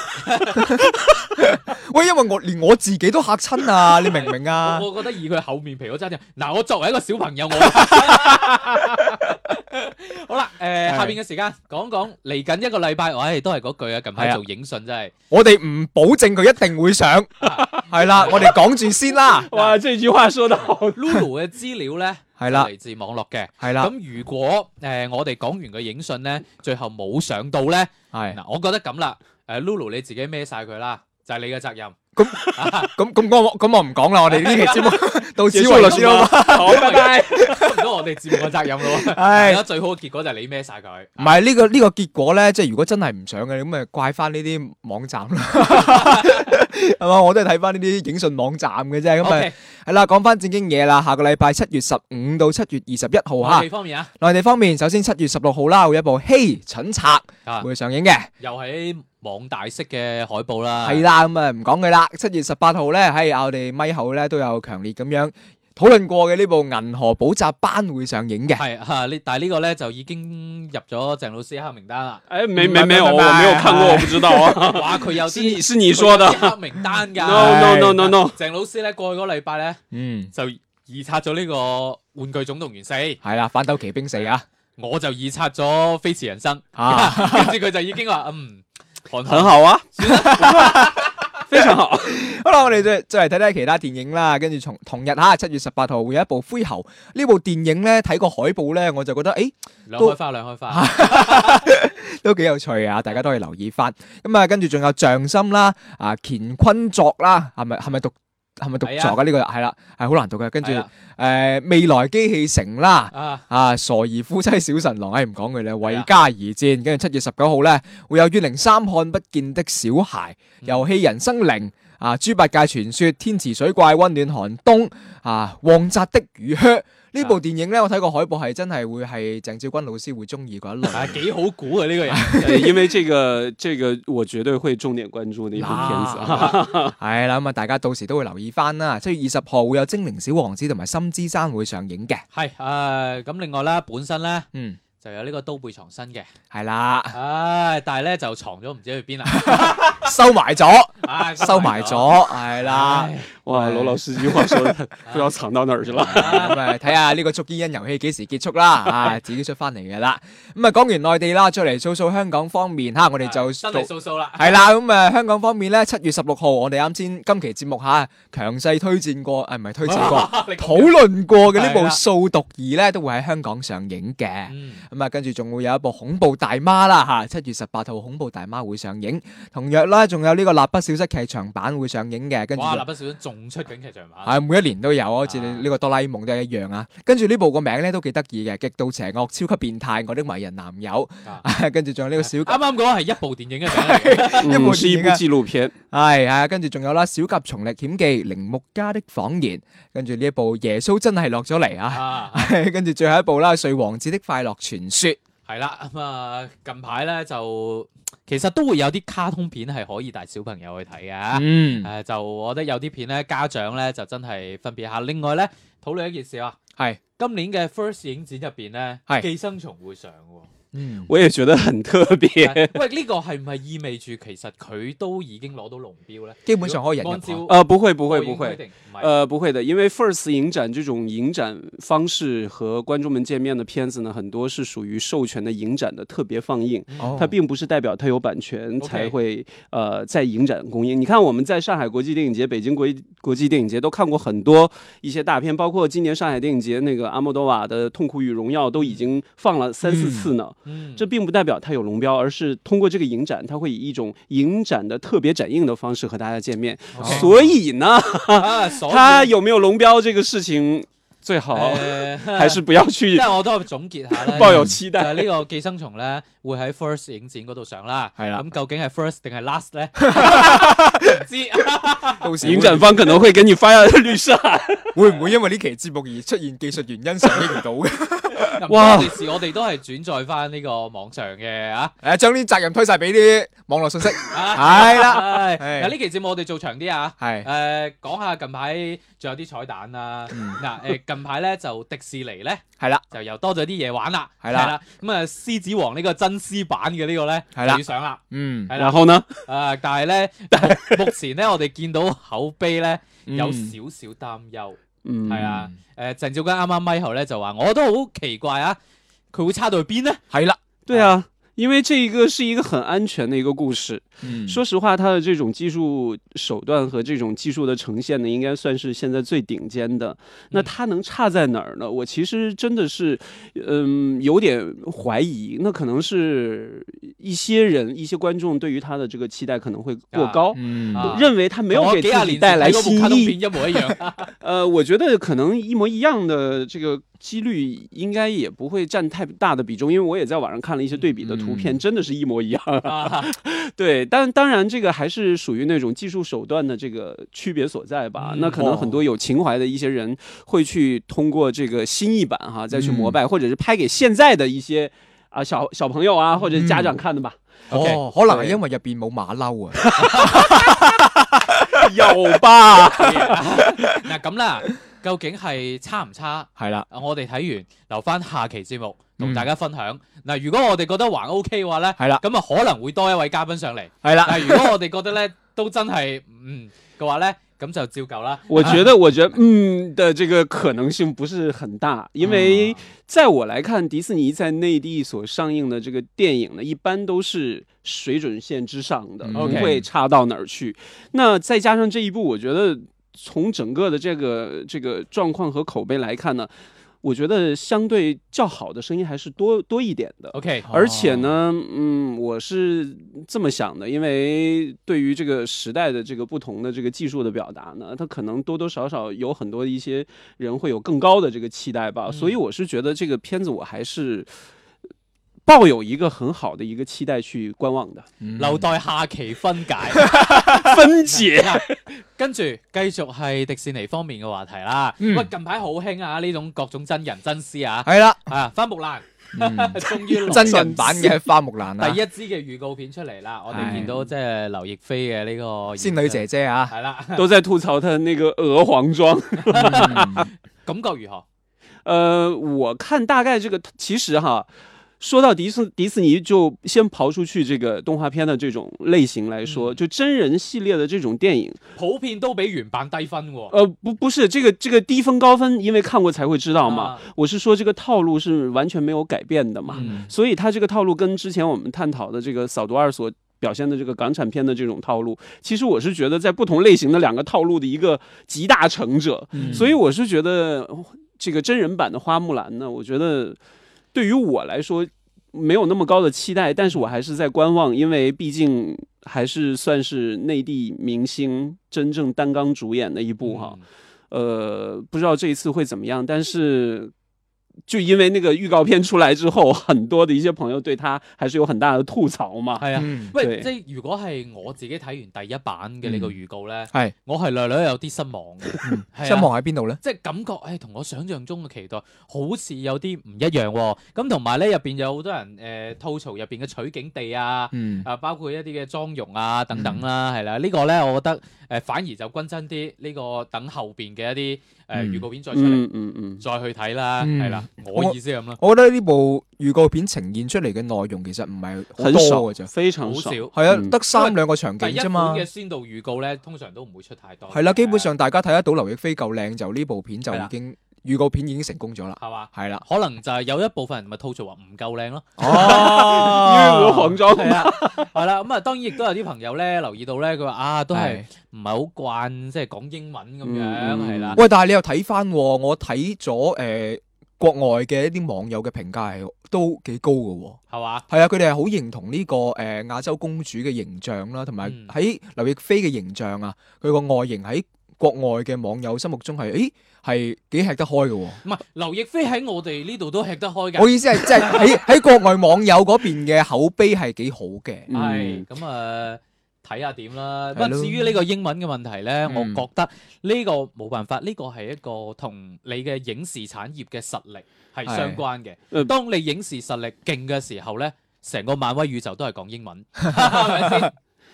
[SPEAKER 4] 喂，因為我連我自己都嚇
[SPEAKER 3] [LAUGHS]
[SPEAKER 4] 親啊，你明唔明啊？
[SPEAKER 3] 我我覺得以佢厚面皮嗰真嘅，嗱，我作為一個小朋
[SPEAKER 4] [LAUGHS]
[SPEAKER 3] 友，我 [LAUGHS] 好啦，誒、
[SPEAKER 4] 係
[SPEAKER 3] 下邊嘅時間講講嚟緊一個禮拜，我、唉都係嗰句啊，近
[SPEAKER 4] 係
[SPEAKER 3] 排
[SPEAKER 4] 啊
[SPEAKER 3] 做影訊真係，
[SPEAKER 4] 我哋唔保證佢一定
[SPEAKER 3] [LAUGHS]
[SPEAKER 4] 會上，係啦，我哋講住先啦，
[SPEAKER 5] [LAUGHS] 哇，这句话说的好。
[SPEAKER 3] Lulu 嘅資料咧
[SPEAKER 4] 係啦
[SPEAKER 3] 就嚟自網絡嘅。
[SPEAKER 4] 係啦，
[SPEAKER 3] 咁如果誒、我哋講完個影訊咧，最後冇上到咧，
[SPEAKER 4] 係
[SPEAKER 3] 嗱，我覺得咁啦，誒、Lulu 你自己孭晒佢啦，就係、你嘅責任。
[SPEAKER 4] 咁咁我咁我唔講啦，我哋呢期節目到此
[SPEAKER 5] 结束
[SPEAKER 4] 為
[SPEAKER 5] 了
[SPEAKER 4] 止
[SPEAKER 5] 是
[SPEAKER 4] 啦
[SPEAKER 5] 吗，？好，拜拜。
[SPEAKER 3] 唔到我哋節目嘅責任
[SPEAKER 4] [LAUGHS]
[SPEAKER 3] 咯。而
[SPEAKER 4] 唉
[SPEAKER 3] 家，最好嘅結果就係你孭晒佢。
[SPEAKER 4] 唔係呢個呢個結果咧，即係如果真係唔上嘅，咁咪怪翻呢啲網站啦，係嘛？我都係睇翻呢啲影訊網站嘅啫，咁
[SPEAKER 3] O
[SPEAKER 4] 咪
[SPEAKER 3] K，
[SPEAKER 4] 係啦，講翻正經嘢啦，下個禮拜七月十五到七月二十一號
[SPEAKER 3] 我
[SPEAKER 4] 嚇
[SPEAKER 3] 哋，方面啊，
[SPEAKER 4] 內地方面首先七月十六號啦，會有一部《嘿蠢賊
[SPEAKER 3] 啊》
[SPEAKER 4] 會上映嘅。
[SPEAKER 3] 又喺網大式嘅海報啦。
[SPEAKER 4] 系啦，咁啊唔講佢啦。七月十八號咧，喺我哋咪後咧都有強烈咁樣討論過嘅呢部《銀河補習班》會上映嘅。
[SPEAKER 3] 係嚇，呢但係呢個咧就已經入咗鄭老師黑名單
[SPEAKER 5] [LAUGHS]
[SPEAKER 3] 啦。
[SPEAKER 5] 哎，没没没
[SPEAKER 4] 拜
[SPEAKER 5] 有，
[SPEAKER 4] 拜
[SPEAKER 5] 我
[SPEAKER 4] 拜
[SPEAKER 5] 没有看过，我不知道啊。 [LAUGHS]
[SPEAKER 3] 哇，佢有
[SPEAKER 5] 是你
[SPEAKER 3] 啲
[SPEAKER 5] 是你说的
[SPEAKER 3] 佢有啲黑名單㗎。啊
[SPEAKER 5] ？No No No No No。
[SPEAKER 3] 鄭老師咧過去嗰個禮拜咧
[SPEAKER 4] 嗯，
[SPEAKER 3] 就二刷咗呢個《玩具總動員四》，
[SPEAKER 4] 系啦，《反斗奇兵四》啊，
[SPEAKER 3] 我就二刷咗《飛馳人
[SPEAKER 4] [LAUGHS]
[SPEAKER 3] 生》，
[SPEAKER 4] 啊
[SPEAKER 3] 跟住佢就已經話嗯，韓
[SPEAKER 5] 很
[SPEAKER 3] 寒
[SPEAKER 5] 好啊， [LAUGHS] 非常好。
[SPEAKER 4] 好啦，我哋再再嚟睇睇其他電影啦。跟住從同日啊吓，七月十八號會有一部《灰猴》呢部電影咧，睇過海報咧，我就覺得诶、
[SPEAKER 3] 兩開花兩開花。
[SPEAKER 4] 都幾有趣啊！大家都可以留意翻。咁啊，跟住仲有《匠心》啦，啊乾坤作啦，係咪係咪讀係咪讀
[SPEAKER 3] 係啊
[SPEAKER 4] 作啊？呢、個係啦，係好難讀嘅。啊跟住
[SPEAKER 3] 係啦
[SPEAKER 4] 诶未來機器城啦。
[SPEAKER 3] 啊，
[SPEAKER 4] 啊，傻兒夫妻小神郎，唉唔講佢啦，為
[SPEAKER 3] 啊
[SPEAKER 4] 家而戰。跟住七月十九號咧，會有《月靈三看不見的小孩》、
[SPEAKER 3] 嗯
[SPEAKER 4] 遊戲人生靈》、啊《豬八戒傳說》、《天池水怪》、《温暖寒冬》、啊《旺扎的魚靴》
[SPEAKER 5] 啊
[SPEAKER 4] 呢部電影咧，我睇過海報係真係會係鄭少君老師會中意嗰一類。
[SPEAKER 3] 啊幾好估啊呢
[SPEAKER 4] [LAUGHS]
[SPEAKER 3] 個人。
[SPEAKER 5] [LAUGHS] 对， [LAUGHS] 因为这个这个我绝对会重点关注的一部片子啊。
[SPEAKER 4] [LAUGHS] 係啦，咁啊，大家到時都會留意翻啦。七月二十號會有《精靈小王子》同埋《心之山》會上映嘅。
[SPEAKER 3] 係誒，咁另外啦，本身咧
[SPEAKER 4] 嗯，
[SPEAKER 3] 就有呢個刀背藏身嘅，
[SPEAKER 4] 係啦，
[SPEAKER 3] 唉，但係咧就藏咗唔知去邊啦，啊
[SPEAKER 4] [LAUGHS] 收埋咗，
[SPEAKER 3] 唉
[SPEAKER 4] 收埋，咗，係啦。
[SPEAKER 3] 唉
[SPEAKER 5] 哇，
[SPEAKER 4] 哎
[SPEAKER 5] 罗老师这句话说 [LAUGHS] 的，不知道藏到哪儿去 [LAUGHS] 了。
[SPEAKER 4] 咁啊，睇下呢個捉伊恩遊戲幾時結束啦，啊，自己出翻嚟嘅啦。咁啊，講完內地啦，再嚟數數香港方面吓，我哋就
[SPEAKER 3] 真係數數啦，
[SPEAKER 4] 係啦。咁啊，香港方面咧，七月十六號，我哋啱先今期節目吓強勢推薦過，诶唔係推薦過，
[SPEAKER 3] 你講
[SPEAKER 4] 討論過嘅呢部
[SPEAKER 3] 係啦
[SPEAKER 4] 《掃毒二》咧，都會喺香港上映嘅。
[SPEAKER 3] 嗯
[SPEAKER 4] 咁啊，跟住仲會有一部《恐怖大媽》啦嚇，七月十八號《恐怖大媽》會上映。同樣啦，仲有呢個《蠟筆小新》劇場版會上映嘅，跟住
[SPEAKER 3] 哇！蠟
[SPEAKER 4] 仲
[SPEAKER 3] 筆小新仲出緊劇場版，
[SPEAKER 4] 係每一年都有，好似
[SPEAKER 3] 啊
[SPEAKER 4] 呢個哆啦 A 夢都係一樣啊。跟住呢部個名咧都幾得意嘅，《極度邪惡超級變態我的迷人男友
[SPEAKER 3] 啊》，
[SPEAKER 4] [LAUGHS] 跟住仲有呢個小
[SPEAKER 3] 啱啱講係一部電影嘅名嚟
[SPEAKER 4] [LAUGHS]
[SPEAKER 3] 嘅，
[SPEAKER 4] 部
[SPEAKER 5] 嗯，是一
[SPEAKER 4] 电
[SPEAKER 5] 部
[SPEAKER 4] 影啊
[SPEAKER 5] 纪录片，
[SPEAKER 4] 係啊，跟住仲有啦《小甲蟲歷險記》《鈴木家的謊言》，跟住呢一部耶穌真係落咗嚟啊！
[SPEAKER 3] 啊
[SPEAKER 4] [LAUGHS] 跟住最後一部啦，《睡王子的快樂傳說》
[SPEAKER 3] 係啦，咁啊近排咧就其實都會有啲卡通片係可以帶小朋友去睇嘅。
[SPEAKER 4] 嗯
[SPEAKER 3] 誒、，就我覺得有啲片咧，家長咧就真係分別下。另外咧，討論一件事啊，
[SPEAKER 4] 係
[SPEAKER 3] 今年嘅 First 影展入邊咧，
[SPEAKER 4] 係
[SPEAKER 3] 寄生蟲會上喎，
[SPEAKER 4] 嗯，
[SPEAKER 5] 我也觉得很特别。
[SPEAKER 3] [LAUGHS] 喂，呢個係咪意味住其實佢都已經攞到龍標咧？
[SPEAKER 4] 基本上可以人入啊
[SPEAKER 3] 按照
[SPEAKER 4] 行
[SPEAKER 5] 呃，不会不会
[SPEAKER 3] 播映
[SPEAKER 5] 不会
[SPEAKER 3] 規，定，唔係
[SPEAKER 5] 呃，不会的，因为 First 影展这种影展方式和观众们见面的片子呢，很多是属于授权的影展的特别放映。
[SPEAKER 4] 哦
[SPEAKER 5] 它并不是代表它有版权
[SPEAKER 3] OK
[SPEAKER 5] 才会呃在影展公映。你看我们在上海国际电影节、北京国际国际电影节都看过很多一些大片，包括今年上海电影节那个阿莫多瓦的《痛苦与荣耀》都已经放了三四次呢。
[SPEAKER 3] 嗯
[SPEAKER 5] 这并不代表它有龙标，而是通过这个影展，它会以一种影展的特别展映的方式和大家见面。
[SPEAKER 3] OK
[SPEAKER 5] 所以呢，
[SPEAKER 3] 啊，哦所以
[SPEAKER 5] 它有没有龙标这个事情，最好、
[SPEAKER 3] 誒
[SPEAKER 4] [LAUGHS]
[SPEAKER 5] 还是不要去
[SPEAKER 3] 即係我都係總結下咧，
[SPEAKER 5] 抱有期
[SPEAKER 3] 就
[SPEAKER 5] 待。
[SPEAKER 3] 係呢個寄生蟲咧，會喺 First 影展嗰度上啦。
[SPEAKER 4] 係啦
[SPEAKER 3] 咁究竟係 First 定係 Last
[SPEAKER 4] [LAUGHS]
[SPEAKER 3] 咧？唔知 [LAUGHS]
[SPEAKER 4] 到時
[SPEAKER 5] 影展方可能会给你发 [LAUGHS] 律师函。
[SPEAKER 4] 會會唔會因為呢期節目而出現技術原因上映唔
[SPEAKER 3] [LAUGHS]
[SPEAKER 4] 到嘅？
[SPEAKER 3] 哇！嗰件事我哋都係轉載翻呢個網上嘅啊。
[SPEAKER 4] 誒，將啲責任推晒俾啲網絡信息，
[SPEAKER 3] 係啦，
[SPEAKER 4] [LAUGHS] 係
[SPEAKER 3] 嗱呢期節目我哋做長啲啊。
[SPEAKER 4] 係
[SPEAKER 3] 誒講下近排仲有啲彩蛋啊！
[SPEAKER 4] 嗯
[SPEAKER 3] 嗱誒近排咧就迪士尼咧
[SPEAKER 4] 係啦，
[SPEAKER 3] 就又多咗啲嘢玩啦，
[SPEAKER 4] 係啦
[SPEAKER 3] 係啦咁啊獅子王呢個真獅版嘅呢個咧
[SPEAKER 4] 係啦
[SPEAKER 3] 就要上啦，
[SPEAKER 4] 嗯，
[SPEAKER 3] 係啦
[SPEAKER 5] 然后呢？
[SPEAKER 3] 啊！但係咧目目前咧我哋見到口碑咧有
[SPEAKER 4] 嗯
[SPEAKER 3] 少少擔憂，
[SPEAKER 5] 嗯
[SPEAKER 3] 係啊誒鄭少君啱啱咪後咧就話我都好奇怪啊，佢會差到去邊咧？
[SPEAKER 4] 係啦，
[SPEAKER 5] 对啊，因为这一个是一个很安全的一个故事。
[SPEAKER 4] 嗯
[SPEAKER 5] 说实话，它的这种技术手段和这种技术的呈现呢，应该算是现在最顶尖的。那它能差在哪儿呢？我其实真的是，嗯，有点怀疑。那可能是一些人、一些观众对于它的这个期待可能会过高。
[SPEAKER 4] 嗯
[SPEAKER 3] 啊
[SPEAKER 5] 认为它没有
[SPEAKER 3] 同我
[SPEAKER 5] 给
[SPEAKER 3] 幾廿
[SPEAKER 5] 自己
[SPEAKER 3] 年
[SPEAKER 5] 带
[SPEAKER 3] 前
[SPEAKER 5] 来
[SPEAKER 3] 睇嗰部
[SPEAKER 5] 新
[SPEAKER 3] 卡通
[SPEAKER 5] 意，
[SPEAKER 3] 片一模一 [LAUGHS] 樣，
[SPEAKER 5] 呃，我觉得可能一模一样的这个几率应该也不会占太大的比重，因为我也在网上看了一些对比的图片，
[SPEAKER 4] 嗯
[SPEAKER 5] 真的是一模一样。
[SPEAKER 3] 啊
[SPEAKER 5] 对，但当然这个还是属于那种技术手段的这个区别所在吧。
[SPEAKER 3] 嗯
[SPEAKER 5] 那可能很
[SPEAKER 4] 哦
[SPEAKER 5] 多有情怀的一些人会去通过这个新译版哈再去膜
[SPEAKER 4] 嗯
[SPEAKER 5] 拜，或者是拍给现在的一些啊、小小朋友啊或者家长看的吧。
[SPEAKER 3] OK，
[SPEAKER 4] 哦，可能係
[SPEAKER 5] 對
[SPEAKER 4] 因為入邊冇馬騮啊。
[SPEAKER 5] 有吧？
[SPEAKER 3] [LAUGHS] 嗱咁啦，究竟係差唔差？
[SPEAKER 4] 系啦，
[SPEAKER 3] 啊我哋睇完留翻下期節目同
[SPEAKER 4] 嗯
[SPEAKER 3] 大家分享。嗱、如果我哋覺得還 OK 嘅話咧，
[SPEAKER 4] 係啦，
[SPEAKER 3] 咁啊啊可能會多一位嘉賓上嚟。
[SPEAKER 4] 系啦，
[SPEAKER 3] 但係如果我哋覺得咧都真係嗯嘅話咧，咁就照舊啦。
[SPEAKER 5] [LAUGHS] 我觉得，我觉得，嗯的这个可能性不是很大，因为在我来看，迪士尼在内地所上映的这个电影呢，一般都是水准线之上的，
[SPEAKER 4] 嗯
[SPEAKER 5] 不
[SPEAKER 3] OK
[SPEAKER 5] 会差到哪儿去。那再加上这一部，我觉得从整个的这个这个状况和口碑来看呢，我觉得相对较好的声音还是多多一点的。
[SPEAKER 4] 哦
[SPEAKER 3] OK，
[SPEAKER 5] 而且呢，嗯，我是这么想的，因为对于这个时代的这个不同的这个技术的表达呢，它可能多多少少有很多一些人会有更高的这个期待吧，
[SPEAKER 3] 嗯
[SPEAKER 5] 所以我是觉得这个片子我还是抱有一个很好的一个期待去观
[SPEAKER 3] [LAUGHS]
[SPEAKER 5] 望的。
[SPEAKER 4] 嗯
[SPEAKER 3] 留待下期分
[SPEAKER 4] [LAUGHS]
[SPEAKER 3] 解。
[SPEAKER 5] 分解，
[SPEAKER 3] 嗱跟住繼續係迪士尼方面嘅話題啦。
[SPEAKER 4] 嗯
[SPEAKER 3] 喂，近排好興啊，呢種各種真人真事啊，
[SPEAKER 4] 系啦，
[SPEAKER 3] 啊花木蘭
[SPEAKER 4] 嗯
[SPEAKER 3] [LAUGHS] 終於
[SPEAKER 4] [LAUGHS]
[SPEAKER 3] 落
[SPEAKER 4] 真人版嘅花木蘭
[SPEAKER 3] 第
[SPEAKER 4] 啊，
[SPEAKER 3] 一支嘅預告片出嚟啦，我哋
[SPEAKER 4] 係
[SPEAKER 3] 見到即係劉亦菲嘅呢個
[SPEAKER 4] 仙女姐姐啊，
[SPEAKER 3] 係啦， [LAUGHS]
[SPEAKER 5] 都在吐槽他那个鹅黄妆。 [LAUGHS]
[SPEAKER 4] 嗯
[SPEAKER 3] 感覺如何？
[SPEAKER 5] 呃，我看大概这个，其实哈，说到迪士迪士尼，就先刨出去这个动画片的这种类型来说，
[SPEAKER 3] 嗯
[SPEAKER 5] 就真人系列的这种电影，
[SPEAKER 3] 普遍都比原版低分
[SPEAKER 4] 啊
[SPEAKER 3] 喎。
[SPEAKER 5] 呃，不不是这个这个低分高分，因为看过才会知道嘛。
[SPEAKER 3] 啊
[SPEAKER 5] 我是说这个套路是完全没有改变的嘛，
[SPEAKER 4] 嗯
[SPEAKER 5] 所以它这个套路跟之前我们探讨的这个扫毒二所。表现的这个港产片的这种套路，其实我是觉得在不同类型的两个套路的一个集大成者，
[SPEAKER 4] 嗯
[SPEAKER 5] 所以我是觉得呃这个真人版的花木兰呢，我觉得对于我来说没有那么高的期待，但是我还是在观望，因为毕竟还是算是内地明星真正担纲主演的一部
[SPEAKER 4] 啊
[SPEAKER 5] 哈。
[SPEAKER 3] 嗯
[SPEAKER 5] 呃，不知道这一次会怎么样，但是。就因为那个预告片出来之后，很多的一些朋友对他还是有很大的吐槽嘛。
[SPEAKER 3] 係啊。
[SPEAKER 4] 嗯
[SPEAKER 3] 喂，
[SPEAKER 5] 對
[SPEAKER 3] 即係如果係我自己睇完第一版嘅呢個預告咧，
[SPEAKER 4] 係
[SPEAKER 3] 我係略略有啲失望嘅，係啊
[SPEAKER 4] 嗯失望，喺邊度咧？
[SPEAKER 3] 即係感覺誒同我想象中嘅期待好似有啲唔一樣喎。咁同埋咧，入邊有好多人誒呃吐槽入邊嘅取景地啊。
[SPEAKER 4] 嗯，
[SPEAKER 3] 啊，包括一啲嘅妝容啊，等等啦，係啦，呢個咧，我覺得誒反而就均真啲，呢個等後邊嘅一啲誒呃
[SPEAKER 4] 嗯
[SPEAKER 3] 預告片再出嚟
[SPEAKER 5] 嗯嗯嗯，
[SPEAKER 3] 再去睇啦，
[SPEAKER 4] 嗯
[SPEAKER 3] 係啦，啊，我意思係咁啦，
[SPEAKER 4] 我覺得呢部預告片呈現出嚟嘅內容其實唔係好
[SPEAKER 5] 很少
[SPEAKER 4] 多嘅啫，
[SPEAKER 5] 非
[SPEAKER 3] 好
[SPEAKER 5] 常少
[SPEAKER 3] 少。。
[SPEAKER 4] 係啊，
[SPEAKER 5] 嗯
[SPEAKER 4] 得三兩個場啊景
[SPEAKER 3] 第一
[SPEAKER 4] 啫
[SPEAKER 3] 款
[SPEAKER 4] 嘛
[SPEAKER 3] 嘅。先導預告咧，通常都唔會出太多。
[SPEAKER 4] 係啦，基本上大家睇得到劉亦菲夠靚，就呢部片就
[SPEAKER 3] 啊係
[SPEAKER 4] 已
[SPEAKER 3] 啦
[SPEAKER 4] 經預告片已經成功咗啦。
[SPEAKER 3] 係嘛，
[SPEAKER 4] 係啦，
[SPEAKER 3] 可能就係有一部分人咪吐槽話唔夠靚咯。
[SPEAKER 4] [LAUGHS]
[SPEAKER 5] 因為
[SPEAKER 4] 哦
[SPEAKER 5] 黃裝
[SPEAKER 3] 係啊，係啦，咁啊，當然亦都有啲朋友咧留意到咧，佢話啊，都係唔係好慣即係講英文咁樣，
[SPEAKER 5] 嗯
[SPEAKER 3] 係啦，
[SPEAKER 4] 喂，但係你又睇翻，我睇咗诶国外嘅一啲網友嘅評價係都幾高嘅喎。
[SPEAKER 3] 係嘛，
[SPEAKER 4] 係啊，佢哋係好認同呢、個誒、呃、亞洲公主嘅形象啦，同埋
[SPEAKER 3] 嗯
[SPEAKER 4] 喺劉亦菲嘅形象啊，佢個外形喺國外嘅網友心目中係，誒係幾吃得開嘅喎。
[SPEAKER 3] 唔係劉亦菲喺我哋呢度都吃得開
[SPEAKER 4] 我
[SPEAKER 3] 㗎，
[SPEAKER 4] 意思係
[SPEAKER 3] [LAUGHS]
[SPEAKER 4] 即係喺喺國外網友嗰邊嘅口碑係幾好嘅。
[SPEAKER 5] 嗯
[SPEAKER 3] 係咁啊。睇下點啦。
[SPEAKER 4] 係
[SPEAKER 3] 不過
[SPEAKER 4] 咯
[SPEAKER 3] 至於呢個英文嘅問題咧，我
[SPEAKER 4] 嗯
[SPEAKER 3] 覺得呢個冇辦法，呢個係一個同你嘅影視產業嘅實力係
[SPEAKER 4] 係
[SPEAKER 3] 相關嘅。
[SPEAKER 5] 誒
[SPEAKER 3] 當你影視實力勁嘅時候咧，成個漫威宇宙都係講英文，係咪先？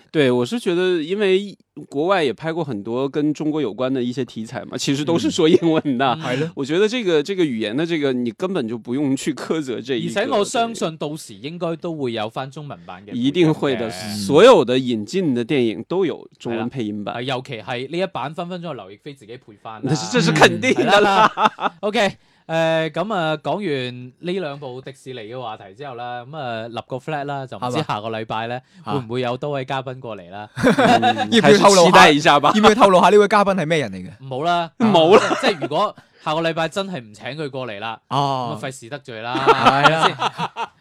[SPEAKER 5] 对，我是觉得，因为国外也拍过很多跟中国有关的一些题材嘛，其实都是说英文的。
[SPEAKER 3] 嗯
[SPEAKER 4] 係咯，
[SPEAKER 5] 我觉得这个这个语言的这个，你根本就不用去苛责这一
[SPEAKER 3] 而
[SPEAKER 5] 个。
[SPEAKER 3] 且我相信到時應該都會有翻中文版嘅
[SPEAKER 5] 对
[SPEAKER 3] 配音嘅，
[SPEAKER 5] 一定会的，所有的引进的电影都有中
[SPEAKER 3] 哎
[SPEAKER 5] 文配音
[SPEAKER 3] 係
[SPEAKER 5] 版，
[SPEAKER 3] 啊尤其係呢一版分分鐘係劉亦菲自己配翻啦
[SPEAKER 5] 那，是这是肯定
[SPEAKER 3] 係
[SPEAKER 5] 的啦。
[SPEAKER 3] 啦。OK，誒咁啊，講完呢兩部迪士尼嘅話題之後啦，咁啊立個 flat 啦，就唔
[SPEAKER 4] 係
[SPEAKER 3] 知
[SPEAKER 4] 嘛
[SPEAKER 3] 下個禮拜咧
[SPEAKER 4] 嚇
[SPEAKER 3] 會唔會有多位嘉賓過嚟啦？ [LAUGHS]
[SPEAKER 4] 要
[SPEAKER 5] 嗯
[SPEAKER 4] 不要
[SPEAKER 5] 还是
[SPEAKER 4] 透露下
[SPEAKER 5] 期待一下吧。
[SPEAKER 4] 要唔要透露下呢位嘉賓係咩人嚟嘅？
[SPEAKER 3] 唔好啦，
[SPEAKER 5] 冇
[SPEAKER 3] 啦，即係如果下個禮拜真係唔請佢過嚟啦。咁啊
[SPEAKER 4] 哦，
[SPEAKER 3] 費事得罪啦，係咪先？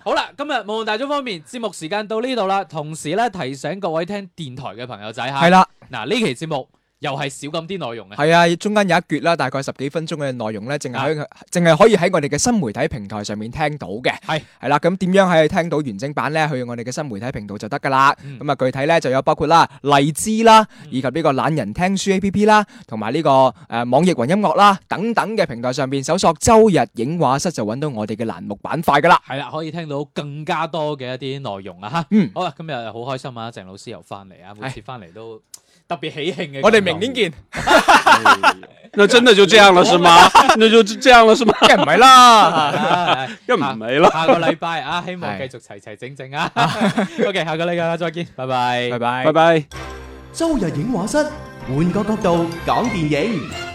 [SPEAKER 3] 好啦，今日《無論大眾》方面節目時間到呢度啦，同時咧提醒各位聽電台嘅朋友仔嚇，
[SPEAKER 4] 係啦，
[SPEAKER 3] 嗱呢期節目又係少咁啲內容嘅，
[SPEAKER 4] 係啊，中間有一橛啦，大概十幾分鐘嘅內容咧，淨係喺淨係可以喺我哋嘅新媒體平台上面聽到嘅。
[SPEAKER 3] 係
[SPEAKER 4] 係啦，咁點樣喺聽到完整版咧？去我哋嘅新媒體頻道就得㗎啦。
[SPEAKER 3] 嗯
[SPEAKER 4] 咁啊，具體咧就有包括啦荔枝啦，
[SPEAKER 3] 嗯
[SPEAKER 4] 以及呢個懶人聽書 A P P 啦，同埋呢個誒網易雲音樂啦等等嘅平台上邊搜索周日影畫室就揾到我哋嘅欄目板塊㗎啦。
[SPEAKER 3] 係啦，可以聽到更加多嘅一啲內容啊嚇。
[SPEAKER 4] 嗯，
[SPEAKER 3] 好啦，今日好開心啊，鄭老師又翻嚟啊，每次翻嚟都特別喜慶嘅。
[SPEAKER 4] 我哋明年見，
[SPEAKER 5] [LAUGHS] 那真的就这样了是吗？那就这样了是吗？
[SPEAKER 4] [LAUGHS] 梗係唔係 [LAUGHS] 啦。
[SPEAKER 3] 啊
[SPEAKER 5] 要唔没了。
[SPEAKER 3] 下個禮拜啊，希望繼
[SPEAKER 4] 係
[SPEAKER 3] 續齊齊整整啊。OK，下個禮拜再見，拜拜
[SPEAKER 4] 拜。拜
[SPEAKER 5] 拜。拜。
[SPEAKER 2] 周日影畫室，換個角度講電影。